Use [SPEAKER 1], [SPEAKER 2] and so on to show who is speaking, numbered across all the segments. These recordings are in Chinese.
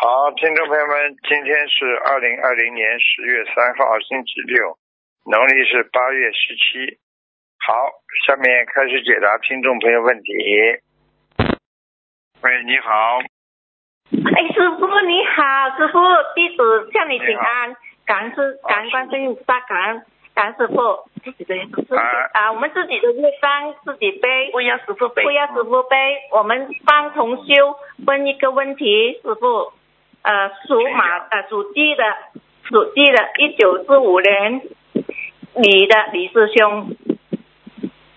[SPEAKER 1] 好，听众朋友们，今天是二零二零年十月三号，星期六，农历是八月十七。好，下面开始解答听众朋友问题。喂，你好，
[SPEAKER 2] 哎，师傅你好，师傅弟子向你请安，感恩师，感恩观世音菩萨，感恩感恩师傅，自己的自己
[SPEAKER 1] 啊
[SPEAKER 2] 啊，我们自己的业障自己背，
[SPEAKER 3] 不要师傅背嗯
[SPEAKER 2] 不。要师傅背。我们帮同修问一个问题，师傅，呃，属马呃属鸡的属鸡的，一九四五年女的李师兄，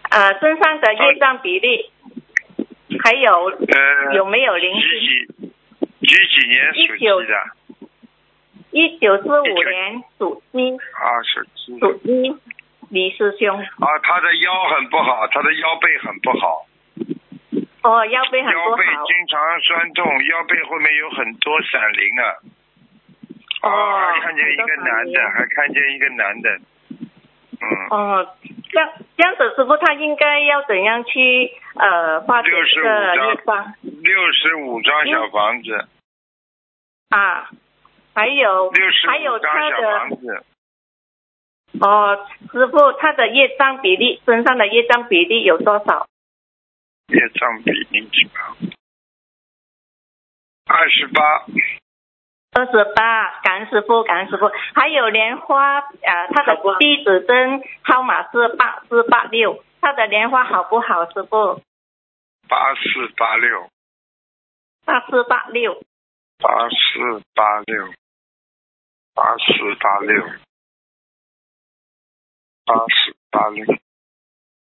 [SPEAKER 2] 呃，身上的业障比例，还有
[SPEAKER 1] 呃，
[SPEAKER 2] 有没有灵
[SPEAKER 1] 几
[SPEAKER 2] 性？
[SPEAKER 1] 几几几年属鸡的？
[SPEAKER 2] 一九四五年属鸡
[SPEAKER 1] 啊，属鸡的
[SPEAKER 2] 属。鸡李师兄，
[SPEAKER 1] 啊，他的腰很不好，他的腰背很不好，
[SPEAKER 2] 哦，腰背很
[SPEAKER 1] 腰
[SPEAKER 2] 不
[SPEAKER 1] 背
[SPEAKER 2] 好，
[SPEAKER 1] 经常酸痛，腰背后面有很多闪灵啊。
[SPEAKER 2] 哦
[SPEAKER 1] 啊，还看见一个男
[SPEAKER 2] 很
[SPEAKER 1] 的
[SPEAKER 2] 多闪，灵
[SPEAKER 1] 还看见一个男的。嗯。
[SPEAKER 2] 哦，这样这样子，师傅他应该要怎样去呃化解
[SPEAKER 1] 65
[SPEAKER 2] 这个
[SPEAKER 1] 张
[SPEAKER 2] 业障
[SPEAKER 1] 六十五张小房子，
[SPEAKER 2] 哦啊？还有
[SPEAKER 1] 六十
[SPEAKER 2] 还有
[SPEAKER 1] 五张
[SPEAKER 2] 他
[SPEAKER 1] 小
[SPEAKER 2] 的
[SPEAKER 1] 房子，
[SPEAKER 2] 哦，师傅他的业障比例，身上的业障比例有多少？
[SPEAKER 1] 业障比例是吧？二十八，
[SPEAKER 2] 二十八，感恩师傅，感恩师傅。还有莲花，呃，他的
[SPEAKER 3] 好吧
[SPEAKER 2] 地址灯号码是八四八六，他的莲花好不好，师傅？
[SPEAKER 1] 八四八六，
[SPEAKER 2] 八四八六，
[SPEAKER 1] 八四八六，八四八六，八四八六。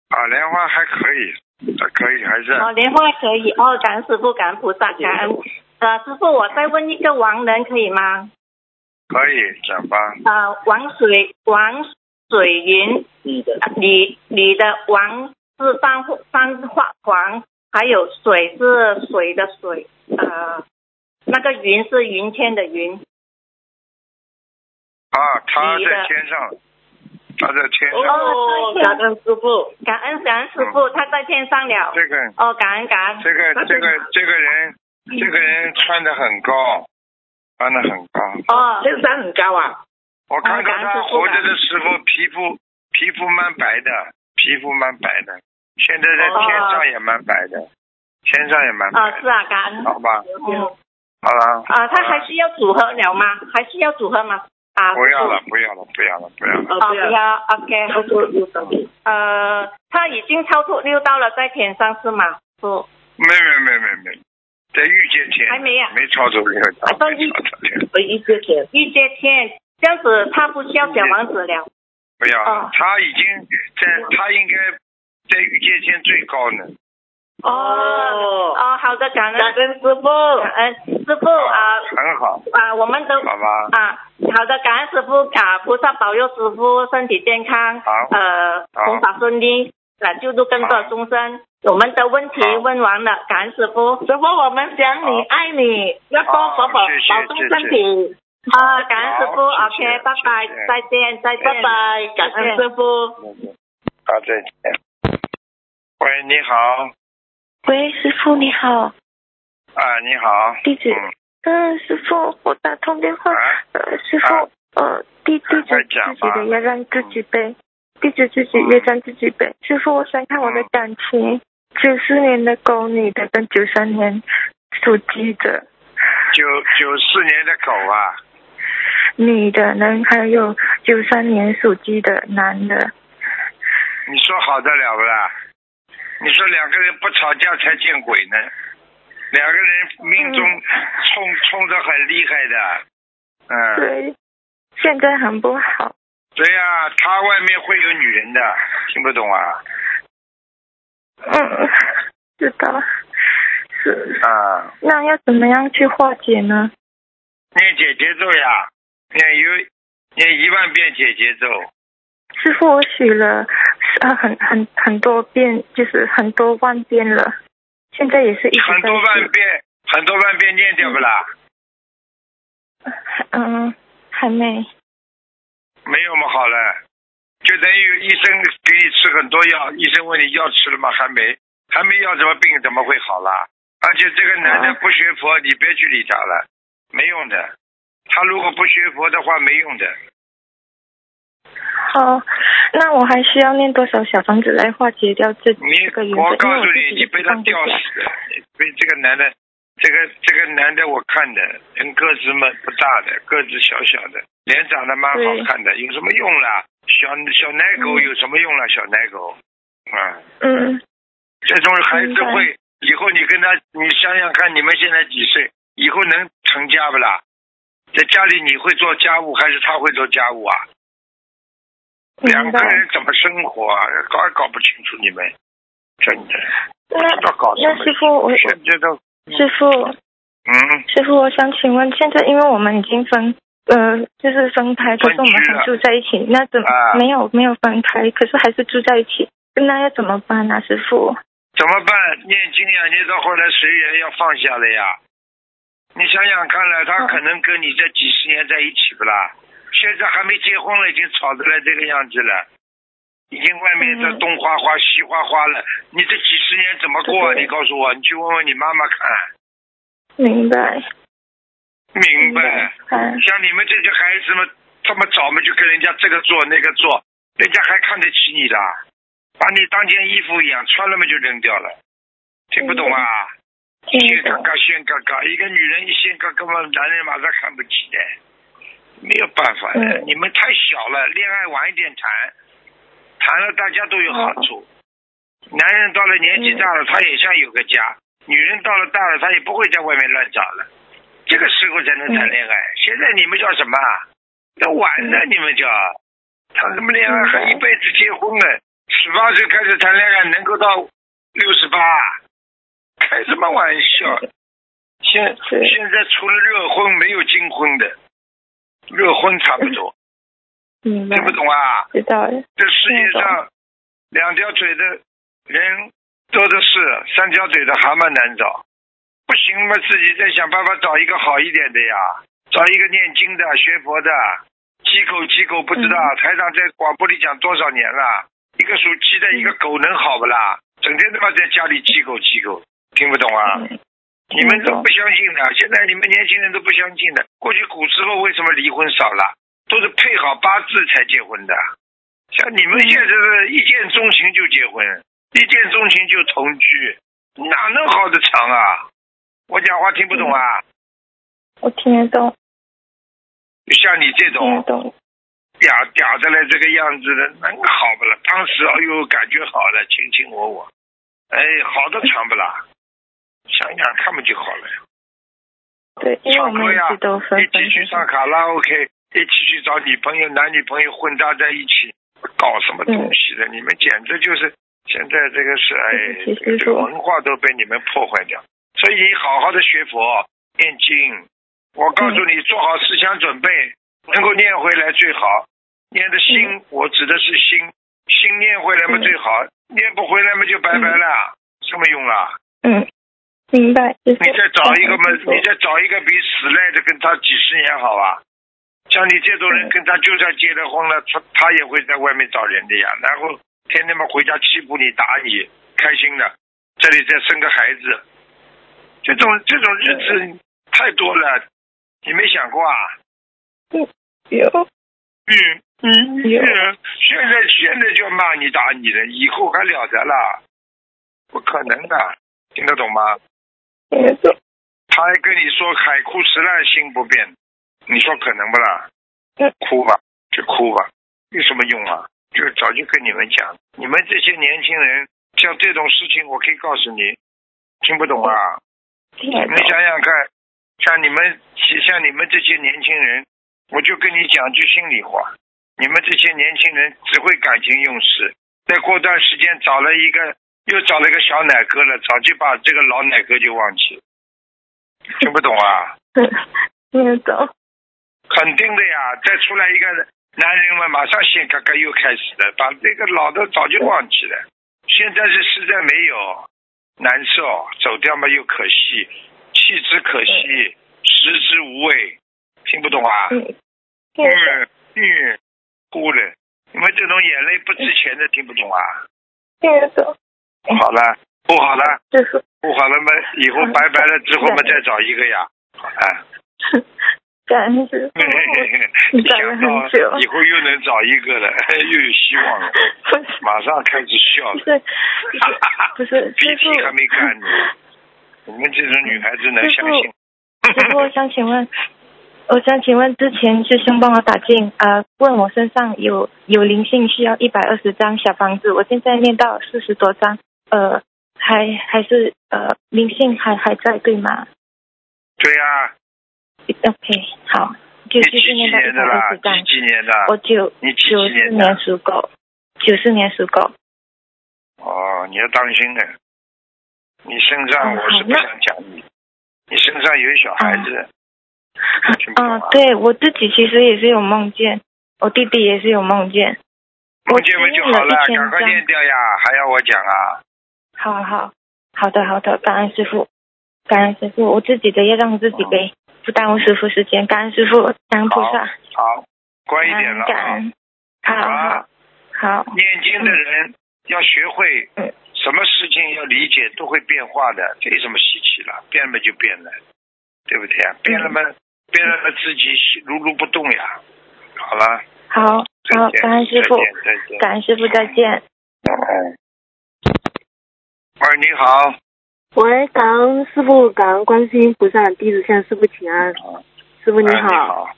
[SPEAKER 1] 啊，莲花还可以，还可以，还
[SPEAKER 3] 嗯
[SPEAKER 1] 是
[SPEAKER 2] 哦，莲花可以哦，感恩师傅，感恩菩萨，感恩。呃，师傅，我再问一个王人可以吗？
[SPEAKER 1] 可以讲吧。
[SPEAKER 2] 呃，王水王水云，
[SPEAKER 3] 你的
[SPEAKER 2] 呃女女的王是三三画黄，还有水是水的水，呃，那个云是云天的云。
[SPEAKER 1] 啊，他
[SPEAKER 2] 你的
[SPEAKER 1] 在天上，他在天上，
[SPEAKER 3] 哦，感恩师嗯傅。
[SPEAKER 2] 感恩感恩师傅，他在天上了。
[SPEAKER 1] 这个。
[SPEAKER 2] 哦，感恩感恩。
[SPEAKER 1] 这个
[SPEAKER 2] 那
[SPEAKER 1] 这
[SPEAKER 2] 真
[SPEAKER 1] 个这个人，这个人穿的很高，穿的很高。
[SPEAKER 2] 哦，
[SPEAKER 3] 身上很高啊，
[SPEAKER 1] 我看到
[SPEAKER 2] 感恩
[SPEAKER 1] 他
[SPEAKER 2] 师父
[SPEAKER 1] 活着的时候，皮肤皮肤蛮白的，皮肤蛮白的。现在在
[SPEAKER 2] 哦
[SPEAKER 1] 天上也蛮白的，天上也蛮白
[SPEAKER 2] 啊，是
[SPEAKER 1] 的，
[SPEAKER 2] 啊，感恩。
[SPEAKER 1] 好吧？
[SPEAKER 2] 嗯，
[SPEAKER 1] 好了。
[SPEAKER 2] 啊，他
[SPEAKER 1] 好
[SPEAKER 2] 还
[SPEAKER 1] 了
[SPEAKER 2] 需要组合了吗？还需要组合吗？啊，
[SPEAKER 1] 不要
[SPEAKER 2] 师父
[SPEAKER 1] 了，不要了，不要了，不要了。
[SPEAKER 3] 哦
[SPEAKER 2] 啊，不
[SPEAKER 3] 不要
[SPEAKER 2] 要，OK，
[SPEAKER 3] 他说有道理。
[SPEAKER 2] 呃，他已经超出六道了，在天上是吗？不，
[SPEAKER 1] 没没没没没，在御界天
[SPEAKER 2] 还没啊
[SPEAKER 1] 没操作没有操
[SPEAKER 2] 啊
[SPEAKER 1] 作
[SPEAKER 2] 到
[SPEAKER 1] 没
[SPEAKER 2] 御
[SPEAKER 1] 操作没有
[SPEAKER 3] 我一些钱，
[SPEAKER 2] 御界天，这样子他不需要小王子了。
[SPEAKER 1] 不要了
[SPEAKER 2] 哦，
[SPEAKER 1] 他已经在，他应该在御界天最高呢。
[SPEAKER 2] 哦，哦，好的，感
[SPEAKER 3] 感
[SPEAKER 2] 恩，
[SPEAKER 3] 恩师傅。
[SPEAKER 2] 感恩师傅啊
[SPEAKER 1] 很好，
[SPEAKER 2] 啊，我们都
[SPEAKER 1] 好吧？
[SPEAKER 2] 啊，好的，感恩师傅啊，菩萨保佑师傅身体健康，
[SPEAKER 1] 好
[SPEAKER 2] 呃，
[SPEAKER 1] 好
[SPEAKER 2] 弘法顺利，啊，救度更多
[SPEAKER 1] 好
[SPEAKER 2] 众生。我们的问题
[SPEAKER 1] 好
[SPEAKER 2] 问完了，感恩师傅
[SPEAKER 3] 师傅，我们想你，
[SPEAKER 1] 好
[SPEAKER 3] 爱你，要多
[SPEAKER 1] 好
[SPEAKER 3] 佛保
[SPEAKER 1] 谢谢
[SPEAKER 3] 保重身
[SPEAKER 1] 谢
[SPEAKER 3] 体。
[SPEAKER 2] 啊，感恩师傅
[SPEAKER 1] 好谢谢
[SPEAKER 2] ，OK，拜拜
[SPEAKER 1] 谢谢，
[SPEAKER 2] 再见，再见，
[SPEAKER 3] 拜拜，感恩师傅。
[SPEAKER 1] 好，再见。喂，你好，
[SPEAKER 4] 喂，师傅你好，
[SPEAKER 1] 啊，你好，
[SPEAKER 4] 弟子，
[SPEAKER 1] 嗯，
[SPEAKER 4] 嗯，师傅，我打通电话，
[SPEAKER 1] 啊，
[SPEAKER 4] 呃，师
[SPEAKER 1] 啊
[SPEAKER 4] 傅，呃，弟弟子
[SPEAKER 1] 快
[SPEAKER 4] 自
[SPEAKER 1] 讲
[SPEAKER 4] 己的
[SPEAKER 1] 吧
[SPEAKER 4] 业让自己背，弟子自己业让自己背。师傅，我想看我的
[SPEAKER 1] 嗯
[SPEAKER 4] 感情，九四年的狗女的跟九三年属鸡的
[SPEAKER 1] 九九四年的狗啊，
[SPEAKER 4] 女的呢，还有九三年属鸡的男的，
[SPEAKER 1] 嗯你说好得了不啦？你说两个人不吵架才见鬼呢，两个人命中
[SPEAKER 4] 嗯
[SPEAKER 1] 冲冲的很厉害的，嗯，
[SPEAKER 4] 对，现在很不好，
[SPEAKER 1] 对呀、他外面会有女人的，听不懂啊？
[SPEAKER 4] 嗯，知道，是，
[SPEAKER 1] 啊，
[SPEAKER 4] 那要怎么样去化解呢？
[SPEAKER 1] 念姐姐咒呀，念有念一万遍姐姐咒，
[SPEAKER 4] 师傅，我许了呃很很很多遍，就是很多万遍了，现在也是一直在
[SPEAKER 1] 很多万遍，很多万遍念掉不啦？
[SPEAKER 4] 许嗯，还没
[SPEAKER 1] 没有嘛，好了，就等于医生给你吃很多药，医生问你药吃了吗？还没，还没药，怎么病怎么会好啦？而且这个男的
[SPEAKER 4] 啊
[SPEAKER 1] 不学佛，你别去理他了，没用的。他如果不学佛的话，没用的。
[SPEAKER 4] 好，那我还需要念多少小房子来化解掉这
[SPEAKER 1] 你
[SPEAKER 4] 这个缘分？
[SPEAKER 1] 我告诉
[SPEAKER 4] 因为我自
[SPEAKER 1] 你，
[SPEAKER 4] 己
[SPEAKER 1] 你被他
[SPEAKER 4] 放不
[SPEAKER 1] 吊
[SPEAKER 4] 下
[SPEAKER 1] 死了。被这个男的，这个这个男的，我看的人个子嘛不大的，个子小小的，脸长得蛮好看的，有什么用啦？小小奶狗
[SPEAKER 4] 嗯
[SPEAKER 1] 有什么用啦？小奶狗，啊，
[SPEAKER 4] 嗯，
[SPEAKER 1] 这种孩子
[SPEAKER 4] 明白
[SPEAKER 1] 会以后你跟他，你想想看，你们现在几岁？以后能成家不啦？在家里你会做家务还是他会做家务啊？两
[SPEAKER 4] 明
[SPEAKER 1] 个
[SPEAKER 4] 白。
[SPEAKER 1] 人怎么生活啊？搞也搞不清楚你们，真的。不
[SPEAKER 4] 那
[SPEAKER 1] 知道搞什么
[SPEAKER 4] 那师傅我
[SPEAKER 1] 现在都
[SPEAKER 4] 师傅，
[SPEAKER 1] 嗯
[SPEAKER 4] 师傅，我想请问，现在因为我们已经分，呃，就是分开，可是我们
[SPEAKER 1] 分居了
[SPEAKER 4] 还住在一起，那怎、
[SPEAKER 1] 啊
[SPEAKER 4] 没有没有分开，可是还是住在一起，那要怎么办啊，师傅？
[SPEAKER 1] 怎么办？念经呀，念到后来随缘要放下了呀。你想想看了，他
[SPEAKER 4] 嗯
[SPEAKER 1] 可能跟你这几十年在一起不啦？现在还没结婚了，已经吵得来这个样子了，已经外面这
[SPEAKER 4] 嗯
[SPEAKER 1] 东花花西花花了。你这几十年怎么过啊？
[SPEAKER 4] 对
[SPEAKER 1] 你告诉我，你去问问你妈妈看。
[SPEAKER 4] 明白，
[SPEAKER 1] 明白。
[SPEAKER 4] 嗯，
[SPEAKER 1] 像你们这些孩子们这么早嘛，就跟人家这个做那个做，人家还看得起你的，把你当件衣服一样穿了嘛就扔掉了，听不懂啊？
[SPEAKER 4] 听
[SPEAKER 1] 先嘎
[SPEAKER 4] 懂，
[SPEAKER 1] 嘎，先嘎嘎，一个女人一先嘎嘎嘛，男人马上看不起的，没有办法的，
[SPEAKER 4] 嗯
[SPEAKER 1] 你们太小了，恋爱晚一点谈，谈了大家都有好
[SPEAKER 4] 哦
[SPEAKER 1] 处。男人到了年纪大
[SPEAKER 4] 嗯
[SPEAKER 1] 了，他也想有个家；女人到了大了，她也不会在外面乱找了。这个时候才能谈恋爱。现在你们叫什么啊？那晚呢？
[SPEAKER 4] 嗯
[SPEAKER 1] 你们叫谈什么恋爱？
[SPEAKER 4] 明白
[SPEAKER 1] 还一辈子结婚呢？十八岁开始谈恋爱，能够到六十八，开什么玩笑？现
[SPEAKER 4] 嗯是
[SPEAKER 1] 现在除了热婚没有金婚的，热婚差不多，
[SPEAKER 4] 明白
[SPEAKER 1] 听，不懂啊？
[SPEAKER 4] 知道了，
[SPEAKER 1] 这世界
[SPEAKER 4] 听得
[SPEAKER 1] 上两条腿的人多的是，三条腿的蛤蟆难找。不行嘛，自己再想办法找一个好一点的呀，找一个念经的、学佛的。鸡狗鸡狗不知道，
[SPEAKER 4] 嗯
[SPEAKER 1] 台长在广播里讲多少年了，一个属鸡
[SPEAKER 4] 嗯
[SPEAKER 1] 的，一个狗能好不啦？整天他妈在家里鸡狗鸡狗，听不懂啊？
[SPEAKER 4] 嗯，
[SPEAKER 1] 你们
[SPEAKER 4] 听
[SPEAKER 1] 都
[SPEAKER 4] 懂
[SPEAKER 1] 不，相信的，现在你们年轻人都不相信的。过去古时候为什么离婚少了？都是配好八字才结婚的。像你们现在是一见钟情就结婚，一见钟情就同居，哪能好得长啊？我讲话听不懂啊？
[SPEAKER 4] 我听得懂，
[SPEAKER 1] 像你这
[SPEAKER 4] 听得
[SPEAKER 1] 种
[SPEAKER 4] 懂，
[SPEAKER 1] 嗲嗲的来这个样子的，能好不了？当时哎呦，感觉好了，卿卿我我，哎，好得长不啦？想想看嘛就好了。
[SPEAKER 4] 对，因为我们一直都分
[SPEAKER 1] 一
[SPEAKER 4] 分
[SPEAKER 1] 起去唱卡拉 OK，一起去找女朋友、男女朋友混搭在一起，搞什么东西
[SPEAKER 4] 嗯
[SPEAKER 1] 的？你们简直就是现在这个是哎，
[SPEAKER 4] 对不起
[SPEAKER 1] 这个
[SPEAKER 4] 师
[SPEAKER 1] 这个
[SPEAKER 4] 傅
[SPEAKER 1] 文化都被你们破坏掉。所以你好好的学佛、念经，我告
[SPEAKER 4] 嗯
[SPEAKER 1] 诉你，做好思想准备，能够念回来最好。念的心，我指的是心，心念回来嘛
[SPEAKER 4] 嗯
[SPEAKER 1] 最好，念不回来嘛就拜拜了，什么用啊啦？
[SPEAKER 4] 嗯，明白，你
[SPEAKER 1] 你再找一个 嘛，你再找一个比死赖的跟他几十年好啊。像你这种人，
[SPEAKER 4] 嗯
[SPEAKER 1] 跟他就算结了婚了，他他也会在外面找人的呀，然后天天嘛回家欺负你、打你，开心的，这里再生个孩子，这种这种日子太多了，你没想过啊？
[SPEAKER 4] 有，
[SPEAKER 1] 嗯嗯，
[SPEAKER 4] 有
[SPEAKER 1] 嗯现在现在就骂你打你了，以后还了得啦？不可能的，听得懂吗？
[SPEAKER 4] 听得懂，
[SPEAKER 1] 他还跟你说海枯石烂心不变，你说可能不啦
[SPEAKER 4] 嗯？
[SPEAKER 1] 哭吧，就哭吧，有什么用啊？就早就跟你们讲，你们这些年轻人，像这种事情，我可以告诉你，听不懂啊？
[SPEAKER 4] 听
[SPEAKER 1] 你
[SPEAKER 4] 得
[SPEAKER 1] 们
[SPEAKER 4] 懂，
[SPEAKER 1] 想想看，像你们，像你们这些年轻人，我就跟你讲句心里话，你们这些年轻人只会感情用事，再过段时间找了一个，又找了一个小奶哥了，早就把这个老奶哥就忘记了，听不懂啊？
[SPEAKER 4] 嗯 听得懂，
[SPEAKER 1] 肯定的呀，再出来一个男人嘛，马上先嘎嘎又开始了，把那个老的早就忘记了。现在是实在没有，难受，走掉嘛又可惜，弃之可惜，食之无味，听不懂啊？
[SPEAKER 4] 嗯，听得懂，
[SPEAKER 1] 嗯嗯，哭了，你们这种眼泪不值钱的，听不懂啊？
[SPEAKER 4] 听得懂，嗯
[SPEAKER 1] 好了，不好了，
[SPEAKER 4] 师傅。
[SPEAKER 1] 不好了嘛，以后拜拜了之后嘛，再找一个呀，哎。
[SPEAKER 4] 感恩 师
[SPEAKER 1] 你想到以后又能找一个了， 又有希望 了，马上开始笑了。
[SPEAKER 4] 对，不是，
[SPEAKER 1] 鼻
[SPEAKER 4] 师
[SPEAKER 1] 涕还
[SPEAKER 4] 傅，
[SPEAKER 1] 没干 呢。我们这种女孩子能相信？
[SPEAKER 4] 师傅，我想请问，我想请问，之前师兄帮我打进呃，问我身上有有灵性，需要一百二十张小房子，我现在念到四十多张，呃，还还是呃灵性还还在对吗
[SPEAKER 1] 对呀、
[SPEAKER 4] ？OK，好，就
[SPEAKER 1] 你
[SPEAKER 4] 就
[SPEAKER 1] 几
[SPEAKER 4] 是
[SPEAKER 1] 几
[SPEAKER 4] 念到一
[SPEAKER 1] 年
[SPEAKER 4] 百
[SPEAKER 1] 的啦？
[SPEAKER 4] 二十张
[SPEAKER 1] 几，几年的？
[SPEAKER 4] 我九
[SPEAKER 1] 你几
[SPEAKER 4] 九
[SPEAKER 1] 几
[SPEAKER 4] 四
[SPEAKER 1] 年的
[SPEAKER 4] 年？属狗，九四年属狗，
[SPEAKER 1] 哦，你要当心的。你身上
[SPEAKER 4] 嗯
[SPEAKER 1] 我是
[SPEAKER 4] 好
[SPEAKER 1] 不
[SPEAKER 4] 那啊
[SPEAKER 1] 想讲你，你身上有小孩子， 听不懂
[SPEAKER 4] 嗯
[SPEAKER 1] 啊，
[SPEAKER 4] 对我自己其实也是有梦见，我弟弟也是有梦见。我
[SPEAKER 1] 梦见嘛就好了
[SPEAKER 4] 今天有一，千
[SPEAKER 1] 赶快
[SPEAKER 4] 张
[SPEAKER 1] 念掉呀！还要我讲啊？
[SPEAKER 4] 好好好的好的，感恩师傅，感恩师傅，我自己的要让自
[SPEAKER 1] 哦
[SPEAKER 4] 己背，不耽误师傅时间。感恩师傅，感嗯恩菩萨，
[SPEAKER 1] 好，乖一
[SPEAKER 4] 感
[SPEAKER 1] 点
[SPEAKER 4] 恩
[SPEAKER 1] 了
[SPEAKER 4] 感
[SPEAKER 1] 啊。
[SPEAKER 4] 恩，好好好，
[SPEAKER 1] 念经的人要学会
[SPEAKER 4] 嗯，
[SPEAKER 1] 什么事情要理解都会变化的，这有什么稀奇了？变了就变了，对不对
[SPEAKER 5] 嗯
[SPEAKER 1] 呀？变了嘛，变了自己如如不动呀。好了，
[SPEAKER 4] 好
[SPEAKER 1] 再
[SPEAKER 4] 好，
[SPEAKER 1] 见，
[SPEAKER 4] 感恩师傅
[SPEAKER 1] 再，见，再见。
[SPEAKER 4] 感恩师傅，再见。
[SPEAKER 1] 嗯。喂，你好。
[SPEAKER 5] 喂，感恩师傅，感恩观世音菩萨，弟子向师傅请安。师傅
[SPEAKER 1] 喂
[SPEAKER 5] 你
[SPEAKER 1] 哎你
[SPEAKER 5] 好，
[SPEAKER 1] 好。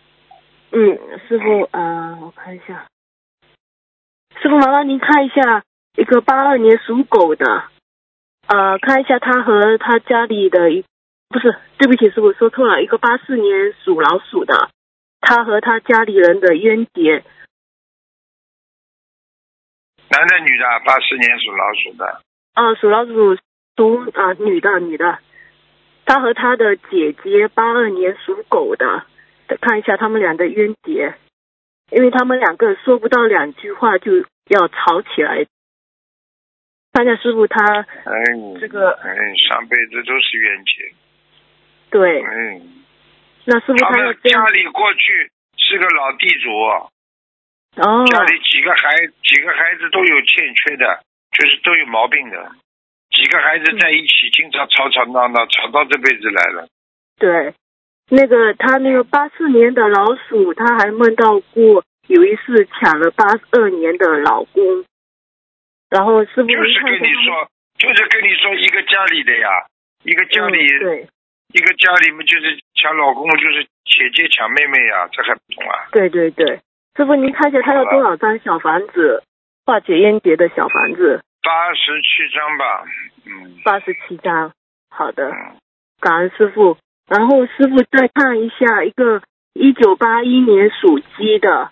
[SPEAKER 5] 嗯，师傅，呃，我看一下，师傅麻烦您看一下一个八二年属狗的，呃，看一下他和他家里的一，不是，对不起，师傅说错了，一个八四年属老鼠的，他和他家里人的冤结，
[SPEAKER 1] 男的女的？啊八四年属老鼠的。
[SPEAKER 5] 啊，属老鼠，属啊、女的女的，她和她的姐姐八二年属狗的，看一下他们俩的冤结，因为他们两个说不到两句话就要吵起来。看一下师傅他
[SPEAKER 1] 哎。
[SPEAKER 5] 这个
[SPEAKER 1] 哎，上辈子都是冤结。
[SPEAKER 5] 对，
[SPEAKER 1] 嗯。
[SPEAKER 5] 那师傅
[SPEAKER 1] 他
[SPEAKER 5] 他要
[SPEAKER 1] 们
[SPEAKER 5] 这
[SPEAKER 1] 家
[SPEAKER 5] 样
[SPEAKER 1] 里过去是个老地主，
[SPEAKER 5] 哦，
[SPEAKER 1] 家里几个孩几个孩子都有欠缺的，就是都有毛病的。几个孩子在一起经常吵吵闹闹，吵到这辈子来了。
[SPEAKER 5] 对，那个他那个八四年的老鼠，他还梦到过有一次抢了八二年的老公，然后师傅
[SPEAKER 1] 就
[SPEAKER 5] 一
[SPEAKER 1] 是
[SPEAKER 5] 看
[SPEAKER 1] 跟
[SPEAKER 5] 见
[SPEAKER 1] 你
[SPEAKER 5] 他们
[SPEAKER 1] 说，就是跟你说一个家里的呀，一个家里、
[SPEAKER 5] 嗯对。
[SPEAKER 1] 一个家里嘛，就是抢老公，就是姐姐抢妹妹呀，这还不懂啊？
[SPEAKER 5] 对对对，师傅您看一下他要多少张小房子化解冤结的小房子？
[SPEAKER 1] 八十七张吧，嗯
[SPEAKER 5] 八十七张。好的，
[SPEAKER 1] 嗯，
[SPEAKER 5] 感恩师傅。然后师傅再看一下一个一九八一年属鸡的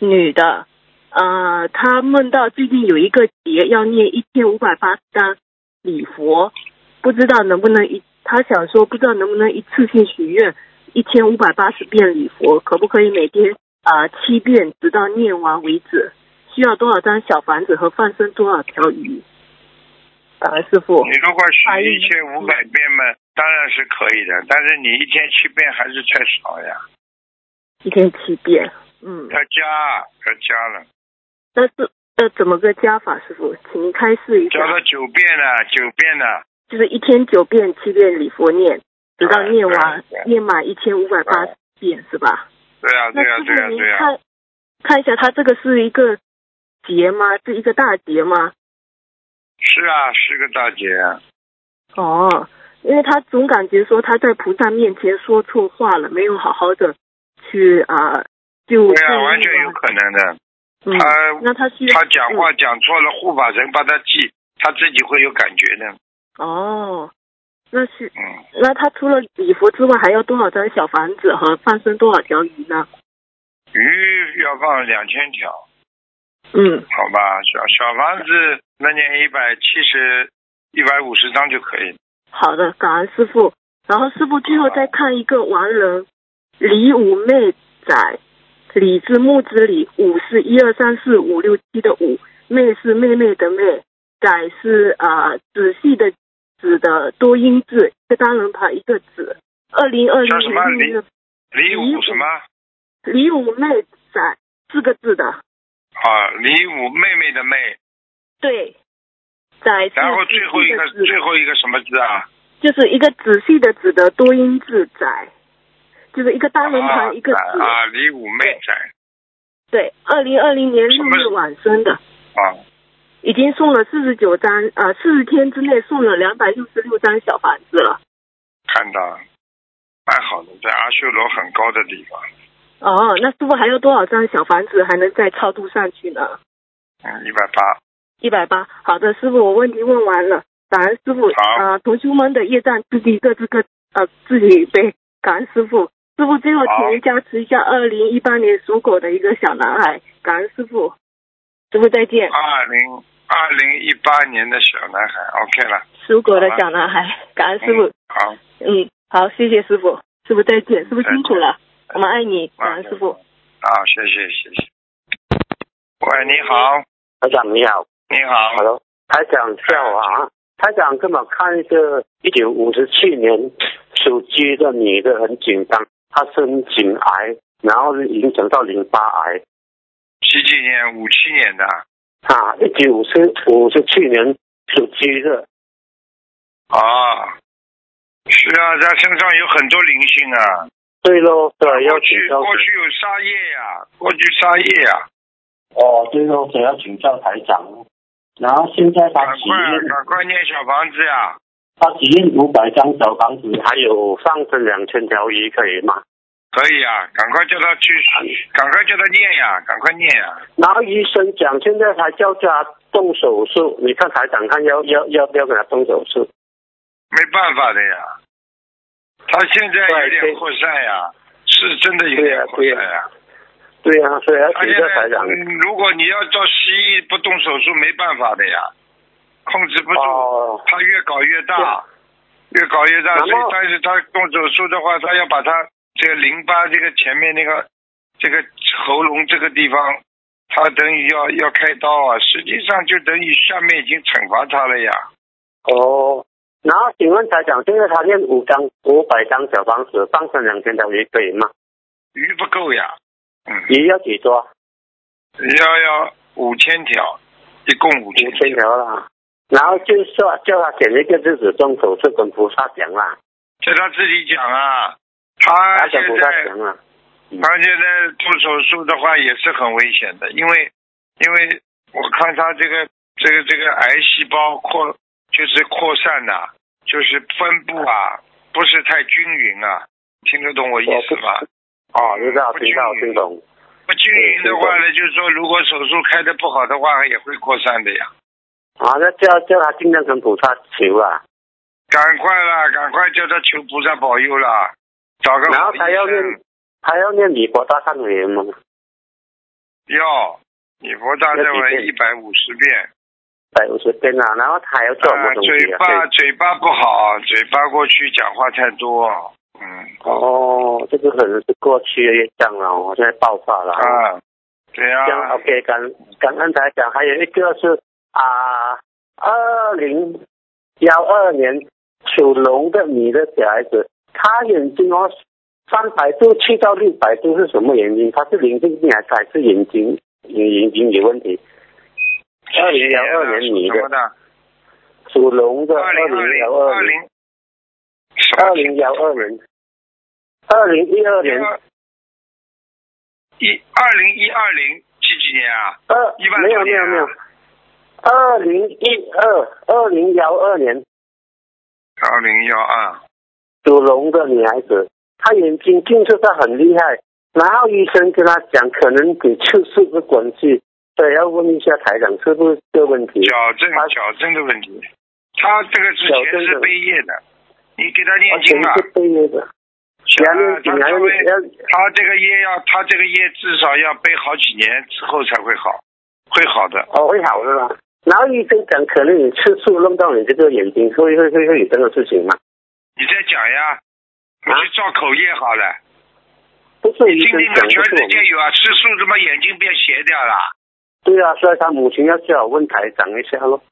[SPEAKER 5] 女的，呃，她梦到最近有一个节要念一千五百八十张礼佛，不知道能不能一，她想说不知道能不能一次性许愿一千五百八十遍礼佛，可不可以每天啊七遍，直到念完为止？需要多少张小房子和放生多少条鱼？感恩师傅。
[SPEAKER 1] 你如果
[SPEAKER 5] 八
[SPEAKER 1] 许
[SPEAKER 5] 一
[SPEAKER 1] 一千五百遍嘛，当然是可以的，但是你一天七遍还是太少呀，
[SPEAKER 5] 一天七遍。嗯，
[SPEAKER 1] 要加要加了，
[SPEAKER 5] 那是呃怎么个加法，师傅，请您开示一
[SPEAKER 1] 加
[SPEAKER 5] 下。
[SPEAKER 1] 到九遍了，九遍了，
[SPEAKER 5] 就是一天九遍，七遍礼佛念，直到念完
[SPEAKER 1] 哎对对
[SPEAKER 5] 念满一千五百八十遍是吧？
[SPEAKER 1] 对呀、
[SPEAKER 5] 那
[SPEAKER 1] 对呀、啊
[SPEAKER 5] 师
[SPEAKER 1] 对呀、
[SPEAKER 5] 傅您
[SPEAKER 1] 对呀、
[SPEAKER 5] 看看一下，他这个是一个节吗？是一个大节吗？
[SPEAKER 1] 是啊，是个大姐啊，
[SPEAKER 5] 哦，因为他总感觉说他在菩萨面前说错话了，没有好好的去啊、就
[SPEAKER 1] 对呀、完全有可能的。他，
[SPEAKER 5] 嗯那嗯他需要
[SPEAKER 1] 他讲话讲错了，护法神帮他记，他自己会有感觉的。
[SPEAKER 5] 哦，那是
[SPEAKER 1] 嗯，
[SPEAKER 5] 那他除了礼佛之外，还要多少张小房子和放生多少条鱼呢？
[SPEAKER 1] 鱼要放两千条，
[SPEAKER 5] 嗯，
[SPEAKER 1] 好吧？小小房子那年一百七十、一百五十张就可以了。
[SPEAKER 5] 好的，感恩师傅。然后师傅最后再看一个亡人，李武妹仔，李字木字李，五是一二三四五六七的五，妹是妹妹的妹，仔是啊、呃仔细的仔的多音字，一个单人旁一个子。二零二
[SPEAKER 1] 叫什
[SPEAKER 5] 零
[SPEAKER 1] 么
[SPEAKER 5] 年六月，
[SPEAKER 1] 李
[SPEAKER 5] 李
[SPEAKER 1] 武
[SPEAKER 5] 武
[SPEAKER 1] 什么
[SPEAKER 5] 李武妹仔四个字的，
[SPEAKER 1] 啊？李武妹妹的妹，
[SPEAKER 5] 对，仔是
[SPEAKER 1] 然后最后一
[SPEAKER 5] 仔
[SPEAKER 1] 个
[SPEAKER 5] 细的仔
[SPEAKER 1] 最后一个什么字啊？
[SPEAKER 5] 就是一个仔细的指的多音字“仔”，就是一个单人
[SPEAKER 1] 啊
[SPEAKER 5] 旁一个子。
[SPEAKER 1] 啊，李武妹在
[SPEAKER 5] 对，二零二零年六
[SPEAKER 1] 什
[SPEAKER 5] 月
[SPEAKER 1] 么
[SPEAKER 5] 晚生的，
[SPEAKER 1] 啊，
[SPEAKER 5] 已经送了四十九张，呃，四十天之内送了两百六十六张小房子了。
[SPEAKER 1] 看到，蛮好的，在阿修罗很高的地方。
[SPEAKER 5] 哦，那师傅还有多少张小房子还能再超度上去呢？
[SPEAKER 1] 嗯，一百八，
[SPEAKER 5] 一百八。好的，师傅，我问题问完了，感恩师傅。
[SPEAKER 1] 好
[SPEAKER 5] 啊、同修们的业障自己各自各呃自己背，感恩师傅。师傅最后
[SPEAKER 1] 好
[SPEAKER 5] 请您加持一下二零一八年属狗的一个小男孩，感恩师傅。师傅再见，
[SPEAKER 1] 二零二零一八年的小男孩，OK 了。
[SPEAKER 5] 属狗的小男孩，感恩师傅。
[SPEAKER 1] 嗯好，
[SPEAKER 5] 嗯，好，谢谢师傅，师傅再见，师傅辛苦了，我们爱你，感恩师傅。
[SPEAKER 1] 好，啊谢谢谢谢。喂，你好，
[SPEAKER 6] 台长你好
[SPEAKER 1] 你好，
[SPEAKER 6] ，Hello，台长下午好。台长给我看一个一九五七年属鸡的女的很紧张，她生颈癌，然后影响到淋巴癌
[SPEAKER 1] 几几年？五七年的啊
[SPEAKER 6] 啊。一九五十五十七年属鸡的，
[SPEAKER 1] 哦，是啊，他身上有很多灵性啊。
[SPEAKER 6] 对喽，对，要
[SPEAKER 1] 过
[SPEAKER 6] 请
[SPEAKER 1] 去
[SPEAKER 6] 教
[SPEAKER 1] 过去有沙叶呀、过去沙叶呀、
[SPEAKER 6] 哦，对喽，对，要请教台长。然后现在她
[SPEAKER 1] 赶
[SPEAKER 6] 许
[SPEAKER 1] 快啊
[SPEAKER 6] 愿，
[SPEAKER 1] 赶快念小房子呀、
[SPEAKER 6] 她许愿五百张小房子，
[SPEAKER 1] 啊
[SPEAKER 6] 还有上升两千条鱼，可以吗？
[SPEAKER 1] 可以啊，赶快叫他去，赶快叫他念呀、赶快念呀、
[SPEAKER 6] 然后医生讲，现在还叫他动手术，你看台长看要要要不要给他动手术？
[SPEAKER 1] 没办法的呀，他现在有点
[SPEAKER 6] 对
[SPEAKER 1] 扩散呀、是真的有点扩
[SPEAKER 6] 对
[SPEAKER 1] 散
[SPEAKER 6] 呀对呀
[SPEAKER 1] 呀、
[SPEAKER 6] 对啊，所以要
[SPEAKER 1] 他
[SPEAKER 6] 请
[SPEAKER 1] 现
[SPEAKER 6] 教台
[SPEAKER 1] 在
[SPEAKER 6] 长。
[SPEAKER 1] 嗯如果你要到西医不动手术，没办法的呀，控制不住，
[SPEAKER 6] 哦，
[SPEAKER 1] 他越搞越
[SPEAKER 6] 对
[SPEAKER 1] 大，越搞越大，
[SPEAKER 6] 然后
[SPEAKER 1] 所以但是他动手术的话，他要把他这个淋巴这个前面那个这个喉咙这个地方，他等于要要开刀啊，实际上就等于下面已经惩罚他了呀。
[SPEAKER 6] 哦，然后请问台长，现在他念五张五百张小房子，放生两千条鱼可以吗？
[SPEAKER 1] 鱼不够呀，嗯，
[SPEAKER 6] 鱼要几多？
[SPEAKER 1] 要要五千条，一共五千
[SPEAKER 6] 五千条啦。然后就说叫他选一个日子动手术，跟菩萨讲啦，
[SPEAKER 1] 叫他自己讲啊，他
[SPEAKER 6] 他
[SPEAKER 1] 现
[SPEAKER 6] 跟菩萨
[SPEAKER 1] 在
[SPEAKER 6] 讲啦。嗯
[SPEAKER 1] 他现在做手术的话也是很危险的，因为因为我看他这个这个这个癌细胞扩就是扩散呐、就是分布啊，不是太均匀啊，听得懂我意思嗯吗？
[SPEAKER 6] 哦，知道，
[SPEAKER 1] 不均
[SPEAKER 6] 听到，听
[SPEAKER 1] 匀，
[SPEAKER 6] 懂。
[SPEAKER 1] 不均匀的话呢，就是说如果手术开的不好的话，也会扩散的呀。
[SPEAKER 6] 啊，那叫叫他尽量跟菩萨求啦。
[SPEAKER 1] 赶快啦，赶快叫他求菩萨保佑啦，找个
[SPEAKER 6] 然
[SPEAKER 1] 好
[SPEAKER 6] 后
[SPEAKER 1] 医
[SPEAKER 6] 他要
[SPEAKER 1] 生
[SPEAKER 6] 念。，他要念李博大忏悔文吗？
[SPEAKER 1] 要，你佛大
[SPEAKER 6] 要
[SPEAKER 1] 忏
[SPEAKER 6] 几
[SPEAKER 1] 悔
[SPEAKER 6] 遍
[SPEAKER 1] 一百五十遍。
[SPEAKER 6] 百五十遍啊，然后他还要做什么
[SPEAKER 1] 啊，
[SPEAKER 6] 东西
[SPEAKER 1] 嘴
[SPEAKER 6] 啊？
[SPEAKER 1] 巴
[SPEAKER 6] 对
[SPEAKER 1] 嘴巴不好，嘴巴过去讲话太多。嗯
[SPEAKER 6] 哦，这个可能是过去的业障了，我现在爆发了。
[SPEAKER 1] 啊，对
[SPEAKER 6] 这样
[SPEAKER 1] 啊，
[SPEAKER 6] OK，感感恩台长，还有一个是啊，二零幺二年属龙的你的小孩子，他眼睛哦三百度去到六百度是什么原因？他是灵性病还是还是眼睛眼眼睛有问题？二零幺二年你
[SPEAKER 1] 属什么
[SPEAKER 6] 的
[SPEAKER 1] 的？
[SPEAKER 6] 属龙的
[SPEAKER 1] 二零二
[SPEAKER 6] 零
[SPEAKER 1] 零
[SPEAKER 6] 幺
[SPEAKER 1] 二
[SPEAKER 6] 年。
[SPEAKER 1] 零什么
[SPEAKER 6] 二零幺二年，二零一二年，
[SPEAKER 1] 一二零一二零几几年啊？
[SPEAKER 6] 二
[SPEAKER 1] 一万
[SPEAKER 6] 没
[SPEAKER 1] 多
[SPEAKER 6] 有没
[SPEAKER 1] 年
[SPEAKER 6] 有
[SPEAKER 1] 啊
[SPEAKER 6] 没有，二零一二二零幺二年
[SPEAKER 1] 二零幺二。啊
[SPEAKER 6] 属龙的女孩子，她眼睛近视她很厉害，然后医生跟她讲可能给次数的关系，所以要问一下台长是不是这个问题？
[SPEAKER 1] 矫正
[SPEAKER 6] 嗯他
[SPEAKER 1] 矫正的问题，他这个是
[SPEAKER 6] 矫
[SPEAKER 1] 前
[SPEAKER 6] 正
[SPEAKER 1] 世
[SPEAKER 6] 的
[SPEAKER 1] 背业的，你给他念
[SPEAKER 6] 完
[SPEAKER 1] 经
[SPEAKER 6] 全
[SPEAKER 1] 啊，
[SPEAKER 6] 是背业的，
[SPEAKER 1] 啊
[SPEAKER 6] 要念经，
[SPEAKER 1] 他稍
[SPEAKER 6] 还要
[SPEAKER 1] 微
[SPEAKER 6] 念要
[SPEAKER 1] 他这个业要他这个业至少要背好几年之后才会好，会好的。
[SPEAKER 6] 哦会好的啦。然后医生讲可能你次数弄到你这个眼睛，会会会会有这个事情吗？
[SPEAKER 1] 你再讲
[SPEAKER 6] 啊
[SPEAKER 1] 呀，我去造口业好了。
[SPEAKER 6] 不是医
[SPEAKER 1] 听
[SPEAKER 6] 生
[SPEAKER 1] 听看，
[SPEAKER 6] 讲，不是
[SPEAKER 1] 全世
[SPEAKER 6] 我们
[SPEAKER 1] 界有啊，吃素怎么眼睛变斜掉了？
[SPEAKER 6] 对啊，所以他母亲要叫我问台长一下咯。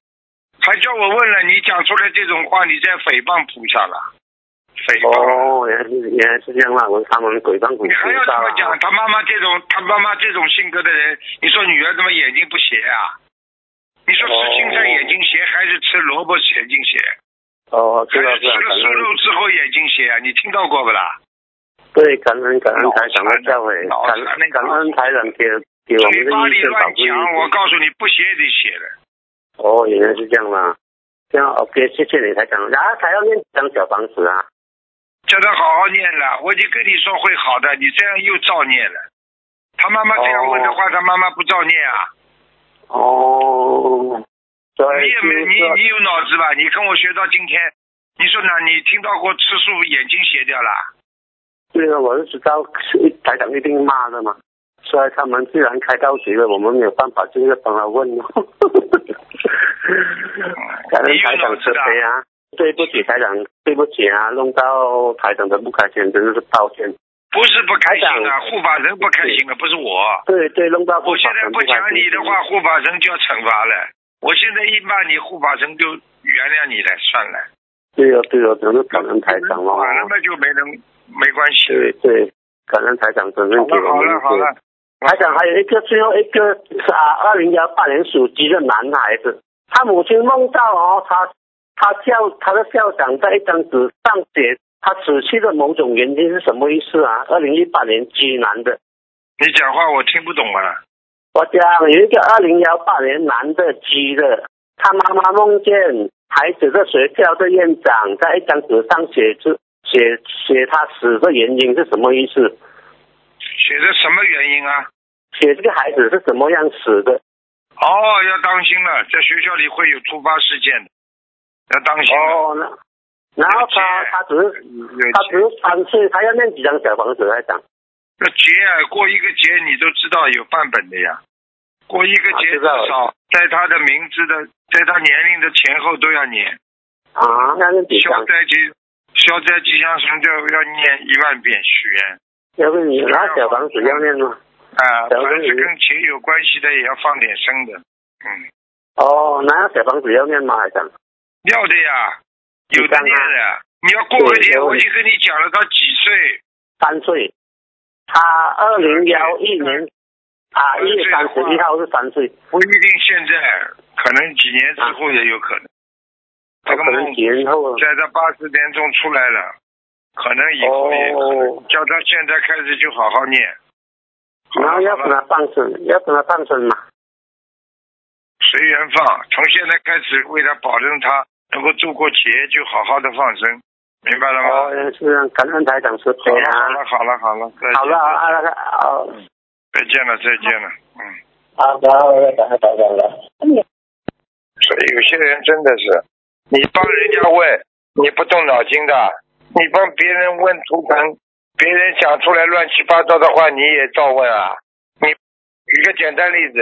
[SPEAKER 1] 还叫我问了，你讲出来这种话，你在诽谤菩萨了，诽谤。
[SPEAKER 6] 哦，原来是原来是这样啦，我他们鬼帮鬼
[SPEAKER 1] 你还要
[SPEAKER 6] 知
[SPEAKER 1] 怎
[SPEAKER 6] 道
[SPEAKER 1] 么
[SPEAKER 6] 啦
[SPEAKER 1] 讲？他妈妈这种，他妈妈这种性格的人，你说女儿怎么眼睛不斜啊？你说吃青菜眼睛斜，还是吃萝卜眼睛斜？
[SPEAKER 6] 哦，
[SPEAKER 1] 还
[SPEAKER 6] 知道
[SPEAKER 1] 是
[SPEAKER 6] 哦知
[SPEAKER 1] 吃
[SPEAKER 6] 道，
[SPEAKER 1] 了
[SPEAKER 6] 感
[SPEAKER 1] 素
[SPEAKER 6] 恩
[SPEAKER 1] 肉之后眼睛斜啊？你听到过不啦？
[SPEAKER 6] 对，感恩感恩
[SPEAKER 1] 脑
[SPEAKER 6] 台长的
[SPEAKER 1] 残的
[SPEAKER 6] 教诲，
[SPEAKER 1] 脑
[SPEAKER 6] 感
[SPEAKER 1] 残的
[SPEAKER 6] 感
[SPEAKER 1] 脑
[SPEAKER 6] 恩台长给给我们
[SPEAKER 1] 嘴
[SPEAKER 6] 的
[SPEAKER 1] 巴里
[SPEAKER 6] 医生保
[SPEAKER 1] 乱
[SPEAKER 6] 护意
[SPEAKER 1] 讲，我
[SPEAKER 6] 识。
[SPEAKER 1] 告诉你，不写也得写的。
[SPEAKER 6] 哦，原来是这样啦，这样 OK，谢谢你台长。然后还要念几张小房子啊？
[SPEAKER 1] 叫他好好念了，我已经跟你说会好的，你这样又造孽了。他妈妈这样问的话，他妈妈不造孽啊？
[SPEAKER 6] 哦，所
[SPEAKER 1] 你
[SPEAKER 6] 以
[SPEAKER 1] 也没
[SPEAKER 6] 就是啊
[SPEAKER 1] 你
[SPEAKER 6] 说
[SPEAKER 1] 你有脑子吧？你跟我学到今天，你说哪？你听到过吃素眼睛斜掉了？
[SPEAKER 6] 对啊，我就知道台长一定骂的嘛。所以他们既然开到局了，我们没有办法，就是帮他问 咯。
[SPEAKER 1] 嗯
[SPEAKER 6] 感恩台长慈悲啊！对不起，台长，对不起啊，弄到台长的不开心，真的是抱歉。
[SPEAKER 1] 不是不开心
[SPEAKER 6] 台
[SPEAKER 1] 了，
[SPEAKER 6] 长
[SPEAKER 1] 护法神不开心了，不是我。
[SPEAKER 6] 对对，弄到
[SPEAKER 1] 我现在
[SPEAKER 6] 不
[SPEAKER 1] 不
[SPEAKER 6] 开心
[SPEAKER 1] 讲你的话，护法神就要惩罚了。我现在一骂你，护法神就原谅你了，算了。
[SPEAKER 6] 对哦对哦，真是感恩台长哦。
[SPEAKER 1] 完了嘛就没人没关系。
[SPEAKER 6] 对对，感恩台长，真正
[SPEAKER 1] 好
[SPEAKER 6] 给
[SPEAKER 1] 了
[SPEAKER 6] 我
[SPEAKER 1] 好
[SPEAKER 6] 们
[SPEAKER 1] 了好了，
[SPEAKER 6] 台长还有一个最后一个是啊，二零幺八年属鸡的男孩子，他母亲梦到哦，他他校他的校长在一张纸上写他死去的某种原因是什么意思啊？二零一八年鸡男的，
[SPEAKER 1] 你讲话我听不懂啊。
[SPEAKER 6] 我讲有一个二零幺八年男的鸡的，他妈妈梦见孩子的学校的院长在一张纸上写字写写他死的原因是什么意思？
[SPEAKER 1] 写的什么原因啊？
[SPEAKER 6] 写这个孩子是怎么样死的？
[SPEAKER 1] 哦，要当心了，在学校里会有突发事件的，要当心了。
[SPEAKER 6] 哦，那然后他他只是
[SPEAKER 1] 有
[SPEAKER 6] 他
[SPEAKER 1] 劫
[SPEAKER 6] 只是三岁，他要念几张小房子来讲？
[SPEAKER 1] 那劫啊，过一个劫你都知道有范本的呀，过一个
[SPEAKER 6] 啊
[SPEAKER 1] 劫
[SPEAKER 6] 知
[SPEAKER 1] 至
[SPEAKER 6] 道
[SPEAKER 1] 少在他的名字的，在他年龄的前后都要念。
[SPEAKER 6] 啊，要念几
[SPEAKER 1] 消
[SPEAKER 6] 张？
[SPEAKER 1] 灾吉消灾吉祥神咒要念一万遍许愿
[SPEAKER 6] 要不你然后小房子要念吗？
[SPEAKER 1] 啊，
[SPEAKER 6] 小
[SPEAKER 1] 凡是
[SPEAKER 6] 咒语
[SPEAKER 1] 跟钱有关系的也要放点生的，嗯，
[SPEAKER 6] 哦，然后小房子要念吗？还讲？
[SPEAKER 1] 要的呀，有
[SPEAKER 6] 几张
[SPEAKER 1] 的
[SPEAKER 6] 啊
[SPEAKER 1] 念的。你要过个
[SPEAKER 6] 对
[SPEAKER 1] 年，
[SPEAKER 6] 有
[SPEAKER 1] 我已经跟你讲了，他几岁？
[SPEAKER 6] 三岁，他二零幺一年啊
[SPEAKER 1] 三
[SPEAKER 6] 一
[SPEAKER 1] 岁
[SPEAKER 6] 月三十一号是三岁，
[SPEAKER 1] 不一定现在，可能几年之后也有可能。这个
[SPEAKER 6] 可能
[SPEAKER 1] 梦
[SPEAKER 6] 几年后啊
[SPEAKER 1] 在这八十年中出来了，可能以后也可能。
[SPEAKER 6] 哦，
[SPEAKER 1] 叫他现在开始就好好念。好
[SPEAKER 6] 然后
[SPEAKER 1] 了
[SPEAKER 6] 要
[SPEAKER 1] 好
[SPEAKER 6] 跟
[SPEAKER 1] 了，
[SPEAKER 6] 他放生，要跟他放生嘛。
[SPEAKER 1] 随缘放，从现在开始为他保证他能够度过劫，就好好的放生，明白了吗？
[SPEAKER 6] 哦，是这样感恩台长慈悲啊。
[SPEAKER 1] 好了好了好了，再见
[SPEAKER 6] 好了啊啊啊！
[SPEAKER 1] 再见了再见了，嗯。
[SPEAKER 6] 好的，我感恩台长了。
[SPEAKER 1] 所以有些人真的是，你帮人家问，你不动脑筋的；你帮别人问图腾，别人讲出来乱七八糟的话，你也照问啊。你举个简单例子，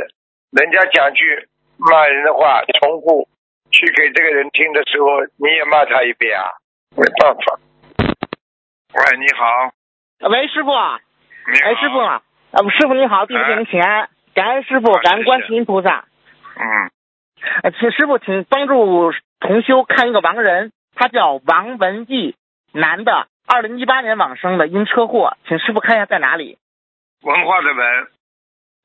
[SPEAKER 1] 人家讲句骂人的话，重复去给这个人听的时候，你也骂他一遍啊，没办法。喂，你好，
[SPEAKER 3] 喂，师傅啊，
[SPEAKER 1] 你好，
[SPEAKER 3] 哎，师傅，啊，呃师傅你好，弟子给您请安，感恩师傅
[SPEAKER 1] 啊，
[SPEAKER 3] 感恩
[SPEAKER 1] 谢
[SPEAKER 3] 观
[SPEAKER 1] 谢
[SPEAKER 3] 世音菩萨。
[SPEAKER 1] 嗯，
[SPEAKER 3] 呃，请师傅请帮助同修看一个亡人，他叫王文义，男的，二零一八年往生的，因车祸，请师傅看一下在哪里。
[SPEAKER 1] 文化的文，